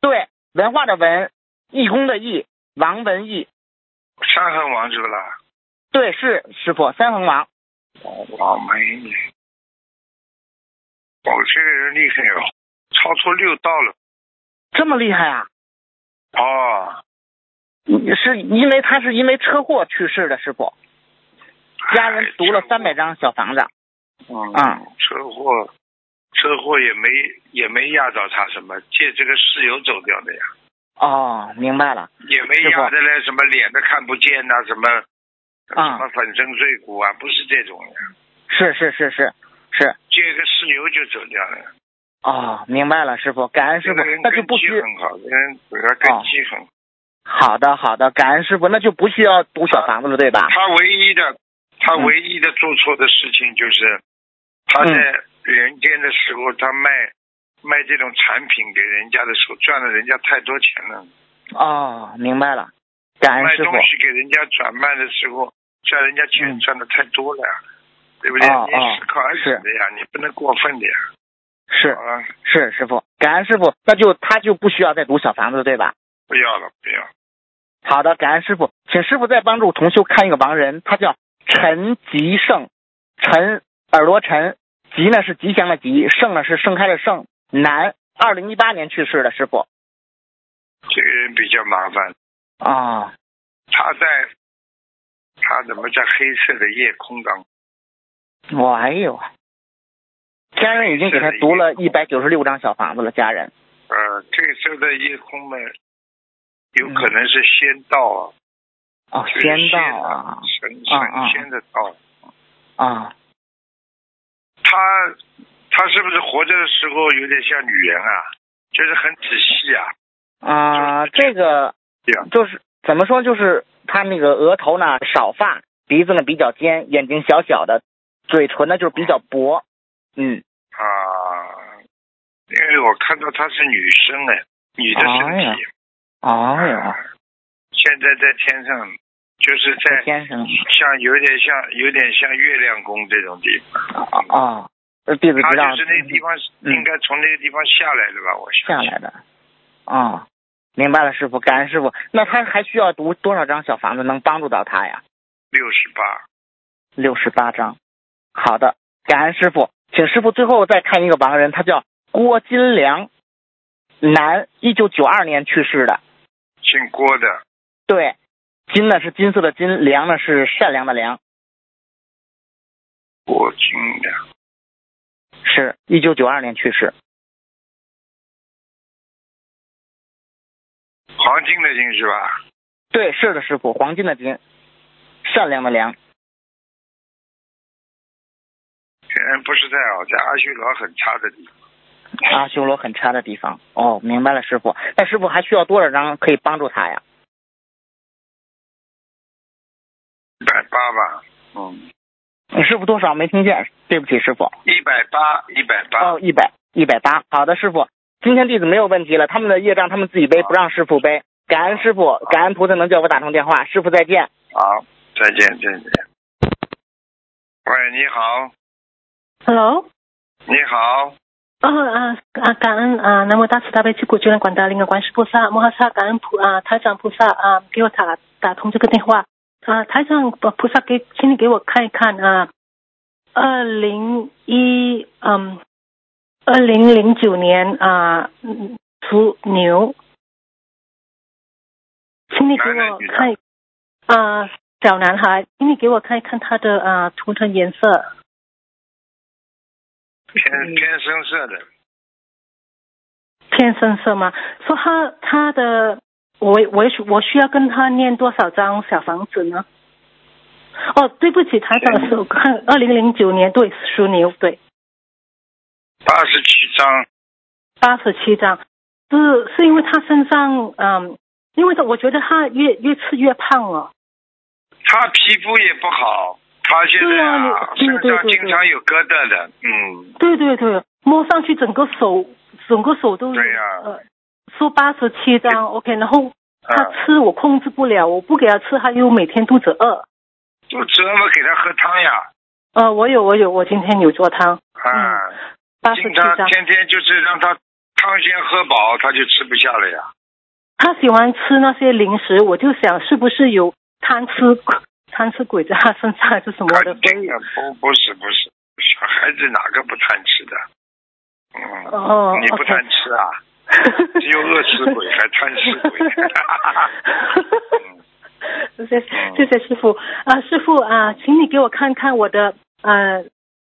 [SPEAKER 3] 对，文化的文，义工的义，王文义，
[SPEAKER 1] 伤痕王是不啦？
[SPEAKER 3] 对，是师傅三横王。
[SPEAKER 1] 哇，美女！我这个人厉害哦，超出六道了。
[SPEAKER 3] 这么厉害啊？
[SPEAKER 1] 哦，
[SPEAKER 3] 是因为他是因为车祸去世的，师傅。家人
[SPEAKER 1] 哎
[SPEAKER 3] 读了三百张小房子，
[SPEAKER 1] 啊
[SPEAKER 3] 嗯，
[SPEAKER 1] 车祸，车祸也没也没压到他什么，借这个事由走掉的呀，
[SPEAKER 3] 哦，明白了，
[SPEAKER 1] 也没压的嘞，什么脸都看不见呐、什么什
[SPEAKER 3] 啊
[SPEAKER 1] 么粉身碎骨啊，不是这种的，
[SPEAKER 3] 是是是是是，
[SPEAKER 1] 借个事由就走掉了。
[SPEAKER 3] 哦，明白了，师傅，感恩师
[SPEAKER 1] 这
[SPEAKER 3] 傅
[SPEAKER 1] 个人，
[SPEAKER 3] 那就
[SPEAKER 1] 根
[SPEAKER 3] 不
[SPEAKER 1] 基
[SPEAKER 3] 需啊
[SPEAKER 1] 很好，这个人主要根基很好。
[SPEAKER 3] 好的好的，感恩师傅，那就不需要读小房子了，对吧？
[SPEAKER 1] 他唯一的，他
[SPEAKER 3] 嗯
[SPEAKER 1] 唯一的做错的事情就是，他在人间的时候，他卖卖这种产品给人家的时候，赚了人家太多钱了。
[SPEAKER 3] 哦，明白了，感恩
[SPEAKER 1] 卖
[SPEAKER 3] 哎师
[SPEAKER 1] 东
[SPEAKER 3] 傅，
[SPEAKER 1] 西给人家转卖的时候，赚人家钱
[SPEAKER 3] 嗯
[SPEAKER 1] 赚的太多了呀，对不对？
[SPEAKER 3] 哦
[SPEAKER 1] 你
[SPEAKER 3] 哦
[SPEAKER 1] 适可而止的呀，你不能过分的呀。
[SPEAKER 3] 是
[SPEAKER 1] 好了，
[SPEAKER 3] 是师傅，感恩师傅，那就他就不需要再读小房子，对吧？
[SPEAKER 1] 不要了，不要。
[SPEAKER 3] 好的，感恩师傅，请师傅再帮助同修看一个亡人，他叫陈吉胜，陈耳朵陈，吉呢是吉祥的吉，盛呢是盛开的盛。男，二零一八年去世的师傅
[SPEAKER 1] 这个人比较麻烦，
[SPEAKER 3] 啊，
[SPEAKER 1] 他在他怎么在黑色的夜空当中？
[SPEAKER 3] 我哎呦，家人已经给他读了一百九十六张小房子了，家人
[SPEAKER 1] 呃，黑色的夜空嘛，有
[SPEAKER 3] 嗯
[SPEAKER 1] 可能是仙道啊，
[SPEAKER 3] 哦，
[SPEAKER 1] 就是
[SPEAKER 3] 仙
[SPEAKER 1] 仙
[SPEAKER 3] 道啊
[SPEAKER 1] 神
[SPEAKER 3] 啊啊
[SPEAKER 1] 神仙的道。
[SPEAKER 3] 啊，
[SPEAKER 1] 他他是不是活着的时候有点像女人啊？就是很仔细啊，
[SPEAKER 3] 啊，这个
[SPEAKER 1] 对啊
[SPEAKER 3] 就是怎么说，就是他那个额头呢少发，鼻子呢比较尖，眼睛小小的，嘴唇呢就是比较薄，嗯，
[SPEAKER 1] 啊，因为我看到她是女生哎，女的身
[SPEAKER 3] 哎呀
[SPEAKER 1] 体。啊
[SPEAKER 3] 哎呀，
[SPEAKER 1] 现在在天上，就是在
[SPEAKER 3] 先生
[SPEAKER 1] 像有点像有点像月亮宫这种地方，
[SPEAKER 3] 啊啊，呃弟子
[SPEAKER 1] 他
[SPEAKER 3] 知道
[SPEAKER 1] 就是那个地方
[SPEAKER 3] 嗯
[SPEAKER 1] 应该从那个地方下来的吧？我
[SPEAKER 3] 下
[SPEAKER 1] 想
[SPEAKER 3] 来的，啊，明白了，师傅，感恩师傅。那他还需要读多少张小房子能帮助到他呀？
[SPEAKER 1] 六十八，
[SPEAKER 3] 六十八张。好的，感恩师傅，请师傅最后再看一个亡人，他叫郭金良，男，一九九二年去世的。
[SPEAKER 1] 姓郭的，
[SPEAKER 3] 对，金呢是金色的金，良呢是善良的良，
[SPEAKER 1] 郭金的，
[SPEAKER 3] 是一九九二年去世。
[SPEAKER 1] 黄金的金是吧？
[SPEAKER 3] 对，是的，师傅，黄金的金，善良的良。
[SPEAKER 1] 嗯，不是在哦，在阿修罗很差的地方，
[SPEAKER 3] 阿修罗很差的地方。哦，明白了，师傅。那师傅还需要多少张可以帮助他呀？
[SPEAKER 1] 一百八吧，嗯，
[SPEAKER 3] 你师傅多少没听见？对不起，师傅。
[SPEAKER 1] 一百八，一百八
[SPEAKER 3] 哦，，一百一百八。好的，师傅，今天弟子没有问题了，他们的业障他们自己背，不让师傅背。感恩师傅，感恩菩萨能叫我打通电话，师傅再见。
[SPEAKER 1] 好，再见，再见。喂，你好，
[SPEAKER 7] Hello，
[SPEAKER 1] 你好，
[SPEAKER 7] 啊啊啊！感恩啊，南无大慈大悲救苦救难广大灵感观世菩萨摩诃萨，感恩菩啊台长菩萨啊，给我打打通这个电话啊，台长菩菩萨给，请你给我看一看啊，二零一嗯，二零零九年啊，嗯属牛，请你给
[SPEAKER 1] 男的
[SPEAKER 7] 我
[SPEAKER 1] 女的
[SPEAKER 7] 看一啊，小男孩，请你给我看一看他的啊图腾颜色，嗯
[SPEAKER 1] 偏偏深色的，
[SPEAKER 7] 偏深色吗？说他他的，我我需我需要跟他念多少张小房子呢？哦，对不起，台长是我
[SPEAKER 1] 嗯
[SPEAKER 7] 看二零零九年对属牛对
[SPEAKER 1] 八十七张，
[SPEAKER 7] 八十七张，是是因为他身上嗯，因为他我觉得他越越吃越胖啊了，
[SPEAKER 1] 他皮肤也不好，他现在
[SPEAKER 7] 对啊
[SPEAKER 1] 身
[SPEAKER 7] 对对
[SPEAKER 1] 上
[SPEAKER 7] 对
[SPEAKER 1] 经常有疙瘩的，嗯，
[SPEAKER 7] 对对对，摸上去整个手整个手都有
[SPEAKER 1] 对呀
[SPEAKER 7] 呃，说八十七张 OK，然后他
[SPEAKER 1] 啊，
[SPEAKER 7] 吃我控制不了，我不给他吃，他又每天肚子饿。
[SPEAKER 1] 就只能给他喝汤呀，
[SPEAKER 7] 呃，我有我有，我今天有做汤。
[SPEAKER 1] 啊，
[SPEAKER 7] 嗯八十
[SPEAKER 1] 经
[SPEAKER 7] 七
[SPEAKER 1] 常
[SPEAKER 7] 张。
[SPEAKER 1] 天天就是让他汤先喝饱，他就吃不下了呀。
[SPEAKER 7] 他喜欢吃那些零食，我就想是不是有贪吃贪吃鬼在他身上还是什么的，
[SPEAKER 1] 肯
[SPEAKER 7] 所以
[SPEAKER 1] 定 的，不不是不是，小孩子哪个不贪吃的？嗯，
[SPEAKER 7] 哦
[SPEAKER 1] 你不
[SPEAKER 7] OK
[SPEAKER 1] 贪吃啊？只有饿死鬼还贪吃鬼
[SPEAKER 7] 哦
[SPEAKER 1] 嗯
[SPEAKER 7] 谢谢谢谢师傅啊，师傅啊，请你给我看看我的呃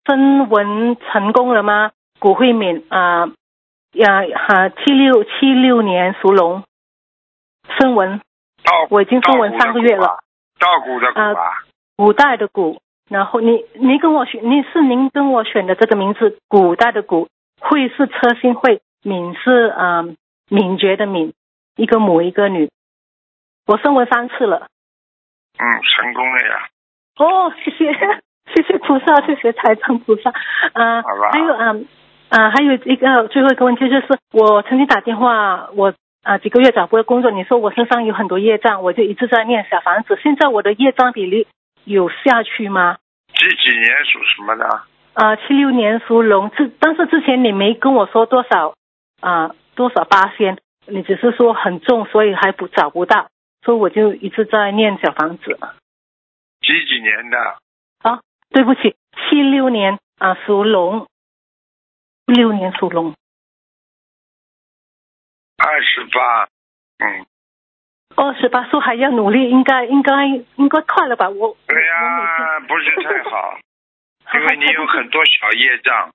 [SPEAKER 7] 征文成功了吗？谷慧敏啊呀哈，七六七六年属龙，声文
[SPEAKER 1] 稻
[SPEAKER 7] 我已经中
[SPEAKER 1] 哦
[SPEAKER 7] 文三个月
[SPEAKER 1] 啊
[SPEAKER 7] 了，
[SPEAKER 1] 稻谷的谷啊，
[SPEAKER 7] 古代的古，然后你你跟我选，你是您跟我选的这个名字，古代的古，慧是车心慧，敏是啊、呃、敏觉的敏，一个母一个女，我升温三次了，
[SPEAKER 1] 嗯，成功了呀，
[SPEAKER 7] 哦，谢谢 谢谢菩萨，谢谢财长菩萨，啊、
[SPEAKER 1] 好吧
[SPEAKER 7] 还有啊啊、还有一个最后一个问题就是，我曾经打电话我。啊，几个月找不到工作，你说我身上有很多业障，我就一直在念小房子。现在我的业障比例有下去吗？
[SPEAKER 1] 几几年属什么的？
[SPEAKER 7] 呃，七六年属龙，之但是之前你没跟我说多少啊、呃多少八仙，你只是说很重，所以还不找不到，所以我就一直在念小房子。
[SPEAKER 1] 几几年的？
[SPEAKER 7] 对不起，七六年啊、属龙，六年属龙。
[SPEAKER 1] 二十八，嗯，
[SPEAKER 7] 二十八岁还要努力，应该应该应该快了吧？我
[SPEAKER 1] 对哎呀、不是太 好，因为你有很多小业障。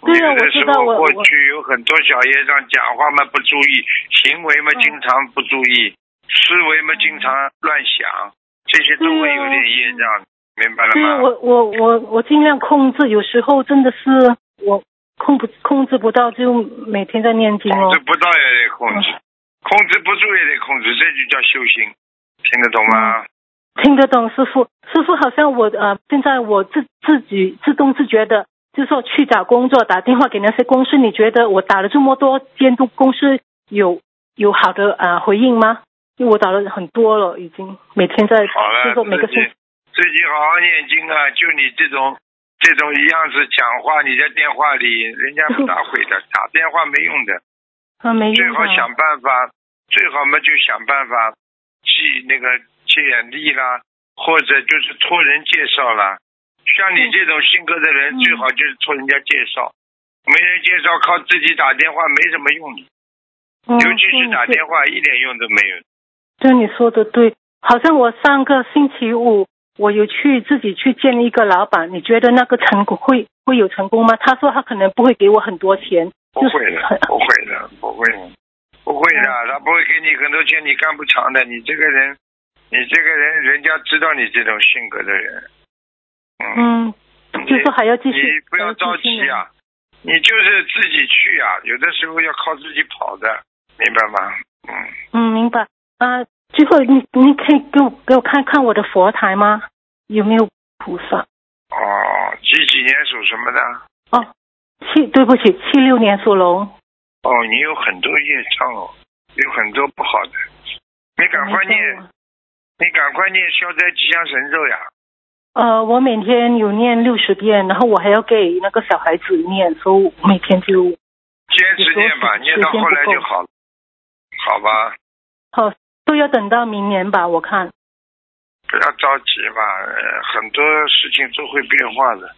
[SPEAKER 7] 对呀
[SPEAKER 1] 有的时
[SPEAKER 7] 我知道
[SPEAKER 1] 候
[SPEAKER 7] 我
[SPEAKER 1] 过
[SPEAKER 7] 我
[SPEAKER 1] 去有很多小业障，讲话嘛不注意，行为嘛
[SPEAKER 7] 嗯
[SPEAKER 1] 经常不注意，思维嘛经常乱想，这些都会
[SPEAKER 7] 对呀啊
[SPEAKER 1] 有点业障，明白了
[SPEAKER 7] 对啊
[SPEAKER 1] 吗？
[SPEAKER 7] 我我我我尽量控制，有时候真的是我控不控制不到，就每天在念经
[SPEAKER 1] 控
[SPEAKER 7] 哦
[SPEAKER 1] 制。不到也得控
[SPEAKER 7] 嗯
[SPEAKER 1] 制，控制不住也得控制，这就叫修心，听得懂
[SPEAKER 7] 嗯
[SPEAKER 1] 吗？
[SPEAKER 7] 听得懂师傅，师傅好像我呃，现在我自自己自动自觉的，就是说去找工作，打电话给那些公司，你觉得我打了这么多监督公司有有好的呃回应吗？因为我打了很多了，已经每天在，
[SPEAKER 1] 好
[SPEAKER 7] 就是
[SPEAKER 1] 了，
[SPEAKER 7] 说每个
[SPEAKER 1] 自
[SPEAKER 7] 星
[SPEAKER 1] 己自己好好念经啊！就你这种这种样子讲话，你在电话里人家不大会的，打电话没用的。
[SPEAKER 7] 啊没
[SPEAKER 1] 最
[SPEAKER 7] 用
[SPEAKER 1] 好
[SPEAKER 7] 啊
[SPEAKER 1] 想办法，最好嘛就想办法记那个借眼力啦，或者就是托人介绍啦。像你这种性格的人，
[SPEAKER 7] 嗯
[SPEAKER 1] 最好就是托人家介绍，没人介绍靠自己打电话没什么用的，
[SPEAKER 7] 嗯
[SPEAKER 1] 尤其是打
[SPEAKER 7] 对
[SPEAKER 1] 电话一点用都没有。
[SPEAKER 7] 对，你说的对。好像我上个星期五，我有去自己去见一个老板，你觉得那个成功会会有成功吗？他说他可能不会给我很多钱，
[SPEAKER 1] 不
[SPEAKER 7] 就是
[SPEAKER 1] 会的
[SPEAKER 7] 很，嗯
[SPEAKER 1] 不会的，不会的，不会的，他不会给你很多钱，你干不长的。你这个人，你这个人，人家知道你这种性格的人，嗯
[SPEAKER 7] 嗯，
[SPEAKER 1] 你
[SPEAKER 7] 就是还要继续，呃
[SPEAKER 1] 你不要着急啊，你就是自己去啊，有的时候要靠自己跑的，明白吗？嗯，
[SPEAKER 7] 还要继续努力。嗯，明白。啊，最后你你可以给我给我看看我的佛台吗？有没有菩萨？
[SPEAKER 1] 哦，几几年属什么的？
[SPEAKER 7] 七，对不起，七六年属龙。
[SPEAKER 1] 哦，你有很多业障哦，有很多不好的，你赶快念，
[SPEAKER 7] 没错啊
[SPEAKER 1] 你赶快念消灾吉祥神咒呀。
[SPEAKER 7] 呃，我每天有念六十遍，然后我还要给那个小孩子念，所以我每天就
[SPEAKER 1] 坚持念吧，
[SPEAKER 7] 你说
[SPEAKER 1] 念
[SPEAKER 7] 时
[SPEAKER 1] 到
[SPEAKER 7] 间
[SPEAKER 1] 后来
[SPEAKER 7] 不够
[SPEAKER 1] 就好了，好吧，
[SPEAKER 7] 好，哦都要等到明年吧，我
[SPEAKER 1] 啊
[SPEAKER 7] 看。
[SPEAKER 1] 不要着急嘛，呃很多事情都会变化的，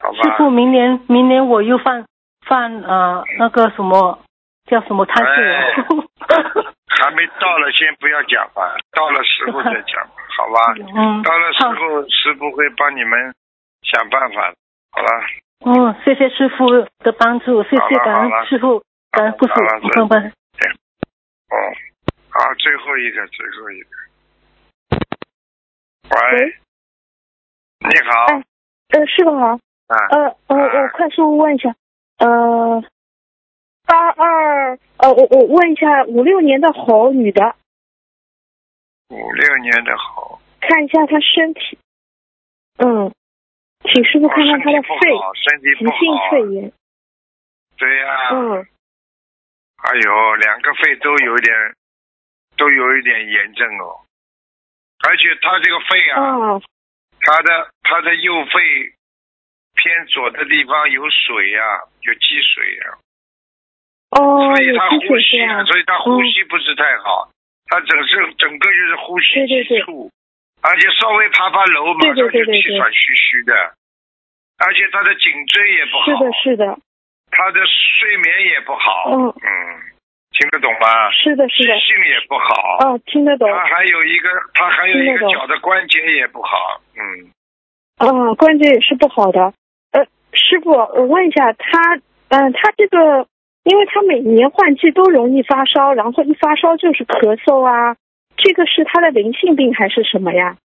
[SPEAKER 1] 好
[SPEAKER 7] 师傅，
[SPEAKER 1] 吧？
[SPEAKER 7] 明年明年我又犯犯呃那个什么叫什么贪睡啊了。
[SPEAKER 1] 哎还没到了，先不要讲吧，到了时候再 讲吧，好吧？
[SPEAKER 7] 嗯，
[SPEAKER 1] 到了时
[SPEAKER 7] 好，
[SPEAKER 1] 候，师傅会帮你们想办法的，好了，
[SPEAKER 7] 嗯，谢谢师傅的帮助，谢谢
[SPEAKER 1] 好了
[SPEAKER 7] 感
[SPEAKER 1] 好了
[SPEAKER 7] 恩师傅，感恩呃不是
[SPEAKER 1] 好了再见
[SPEAKER 7] 帮帮。
[SPEAKER 1] 哦，好，最后一个，最后一个，喂
[SPEAKER 8] 喂，
[SPEAKER 1] 你好，
[SPEAKER 8] 哎呃，师傅好，
[SPEAKER 7] 哎
[SPEAKER 1] 啊，
[SPEAKER 8] 呃，我我快速问一下，呃，八二，呃，我我问一下五六年的猴女的，
[SPEAKER 1] 五六年的猴，
[SPEAKER 8] 看一下她身体，嗯，请师傅
[SPEAKER 1] 我
[SPEAKER 8] 看看
[SPEAKER 1] 哦身
[SPEAKER 8] 她
[SPEAKER 1] 体
[SPEAKER 8] 的
[SPEAKER 1] 不
[SPEAKER 8] 肺，
[SPEAKER 1] 好，身体
[SPEAKER 8] 急
[SPEAKER 1] 不
[SPEAKER 8] 性
[SPEAKER 1] 好，
[SPEAKER 8] 肺炎，
[SPEAKER 1] 对呀、
[SPEAKER 8] 嗯，
[SPEAKER 1] 哎呦，两个肺都有一点，都有一点炎症哦，而且他这个肺啊，
[SPEAKER 8] 哦，
[SPEAKER 1] 他的他的右肺偏左的地方有水呀、有积水呀、
[SPEAKER 8] 哦，
[SPEAKER 1] 所以
[SPEAKER 8] 有
[SPEAKER 1] 他
[SPEAKER 8] 积
[SPEAKER 1] 呼
[SPEAKER 8] 水嗯是
[SPEAKER 1] 吸啊，
[SPEAKER 8] 吧？
[SPEAKER 1] 所以他呼吸不是太好，他整是整个就是呼吸
[SPEAKER 8] 对对
[SPEAKER 1] 急
[SPEAKER 8] 对
[SPEAKER 1] 促，而且稍微爬爬楼，马
[SPEAKER 8] 对
[SPEAKER 1] 上
[SPEAKER 8] 对
[SPEAKER 1] 就
[SPEAKER 8] 对对
[SPEAKER 1] 气
[SPEAKER 8] 对
[SPEAKER 1] 喘吁吁的，而且他的颈椎也不
[SPEAKER 8] 是
[SPEAKER 1] 好
[SPEAKER 8] 的，，是的，
[SPEAKER 1] 他的睡眠也不好，
[SPEAKER 8] 嗯
[SPEAKER 1] 嗯，听得懂吗？
[SPEAKER 8] 是的，
[SPEAKER 1] 记
[SPEAKER 8] 是的，
[SPEAKER 1] 性也不好，
[SPEAKER 8] 哦，听得懂，
[SPEAKER 1] 他还有一个他还有一
[SPEAKER 8] 听得
[SPEAKER 1] 个
[SPEAKER 8] 懂
[SPEAKER 1] 脚的关节也不好，嗯，
[SPEAKER 8] 啊，关节也是不好的。呃，师傅，我问一下，他，嗯、他这个，因为他每年换季都容易发烧，然后一发烧就是咳嗽啊，这个是他的灵性病还是什么呀？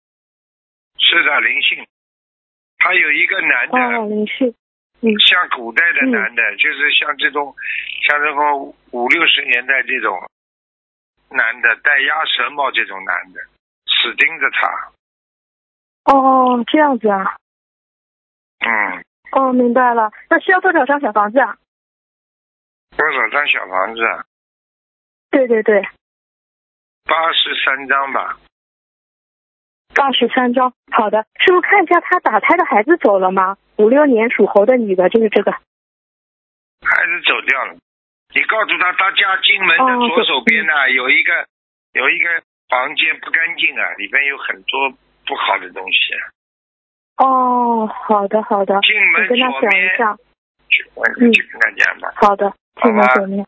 [SPEAKER 1] 是的，灵性，他有一个男的。
[SPEAKER 8] 哦，灵性，嗯
[SPEAKER 1] 像古代的男的，就是像这种，像这种五六十年代这种男的，戴鸭舌帽这种男的，死盯着他。
[SPEAKER 8] 哦，这样子啊，
[SPEAKER 1] 嗯，
[SPEAKER 8] 哦，明白了。那需要多少张小房子啊？
[SPEAKER 1] 多少张小房子？啊？
[SPEAKER 8] 对对对，
[SPEAKER 1] 八十三张吧。
[SPEAKER 8] 八十三张。好的，师傅看一下他打胎的孩子走了吗？五六年属猴的女的，就是这个。
[SPEAKER 1] 孩子走掉了。你告诉他，他家进门的
[SPEAKER 8] 哦
[SPEAKER 1] 左手边呢、有一个有一个房间不干净啊，里边有很多不好的东西啊。
[SPEAKER 8] 哦，好的好的，
[SPEAKER 1] 进门
[SPEAKER 8] 我跟他
[SPEAKER 1] 左
[SPEAKER 8] 讲
[SPEAKER 1] 边
[SPEAKER 8] 一下。
[SPEAKER 1] 左去，我就去跟他讲吧。
[SPEAKER 4] 好的，
[SPEAKER 1] 好
[SPEAKER 4] 听
[SPEAKER 1] 吧
[SPEAKER 4] 您所念。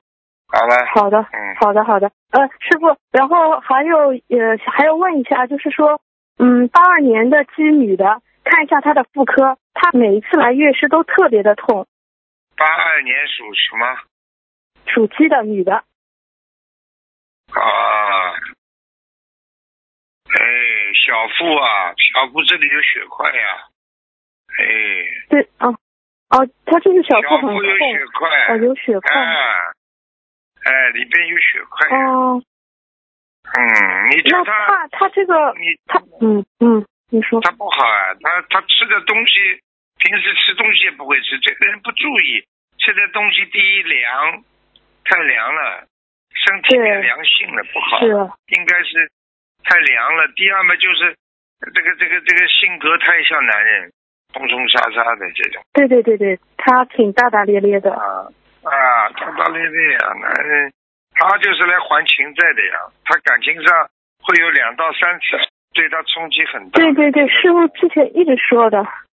[SPEAKER 1] 好吧，
[SPEAKER 4] 好的，
[SPEAKER 1] 嗯，
[SPEAKER 4] 好的，好的。呃，师傅，然后还有呃，还要问一下，就是说，嗯，八二年的鸡女的，看一下她的妇科，她每一次来月事都特别的痛，
[SPEAKER 1] 八二年属什么？
[SPEAKER 4] 属鸡的女的，
[SPEAKER 1] 啊，哎，小腹啊，小腹这里有血块呀、哎，
[SPEAKER 4] 对啊，哦，她就是小腹
[SPEAKER 1] 小
[SPEAKER 4] 很痛
[SPEAKER 1] 腹，有血块，
[SPEAKER 4] 哦，有血块，
[SPEAKER 1] 啊，哎，里边有血块，
[SPEAKER 4] 哦，
[SPEAKER 1] 嗯，你
[SPEAKER 4] 那
[SPEAKER 1] 叫他，
[SPEAKER 4] 她她这个
[SPEAKER 1] 你
[SPEAKER 4] 她，嗯嗯，你说，
[SPEAKER 1] 他不好啊，他他吃的东西，平时吃东西也不会吃，这个人不注意，吃的东西第一凉，太凉了，身体
[SPEAKER 4] 对
[SPEAKER 1] 变凉性了，不好，
[SPEAKER 4] 是啊
[SPEAKER 1] 应该是太凉了。第二嘛就是这个这个这个性格太像男人，冲冲杀杀的这种
[SPEAKER 4] 对对对对，她挺大大咧咧的，
[SPEAKER 1] 啊啊，大大咧咧啊，男人他就是来还情债的呀，他感情上会有两到三次对他冲击很大。
[SPEAKER 4] 对对对，师傅之前一直说的，
[SPEAKER 1] 啊，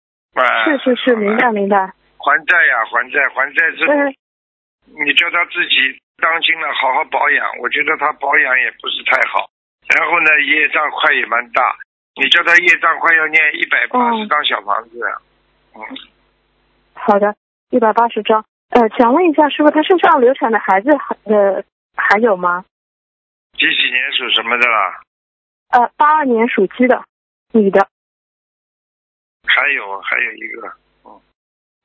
[SPEAKER 4] 是是是，明白明
[SPEAKER 1] 嗯
[SPEAKER 4] 白，
[SPEAKER 1] 还债呀、还债，还债之后
[SPEAKER 4] 嗯。
[SPEAKER 1] 你叫他自己当心了，好好保养。我觉得他保养也不是太好，然后呢，业障块也蛮大。你叫他业障块要念一百八十
[SPEAKER 4] 哦
[SPEAKER 1] 张小房子，嗯，
[SPEAKER 4] 好的，一百八十张。呃，想问一下师傅，他身上流产的孩子还呃还有吗？
[SPEAKER 1] 几几年属什么的啦？
[SPEAKER 4] 呃，八二年属鸡的，女的。
[SPEAKER 1] 还有还有一个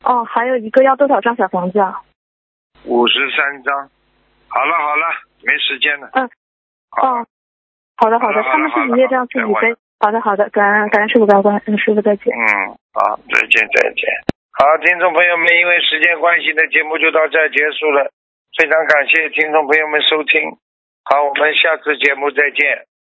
[SPEAKER 4] 哦，还有一个要多少张小房子啊？
[SPEAKER 1] 五十三张。好了好了，没时间了。
[SPEAKER 4] 嗯。
[SPEAKER 1] 好，
[SPEAKER 4] 哦，好的好
[SPEAKER 1] 好
[SPEAKER 4] 的，
[SPEAKER 1] 的
[SPEAKER 4] 他们
[SPEAKER 1] 好的
[SPEAKER 4] 自己业障自
[SPEAKER 1] 好的
[SPEAKER 4] 己
[SPEAKER 1] 再问
[SPEAKER 4] 背。好的好的，感恩感恩师傅高官，嗯，师傅再见。
[SPEAKER 1] 嗯，好，再见，再见。好，听众朋友们，因为时间关系呢，节目就到这儿结束了。非常感谢听众朋友们收听，好，我们下次节目再见。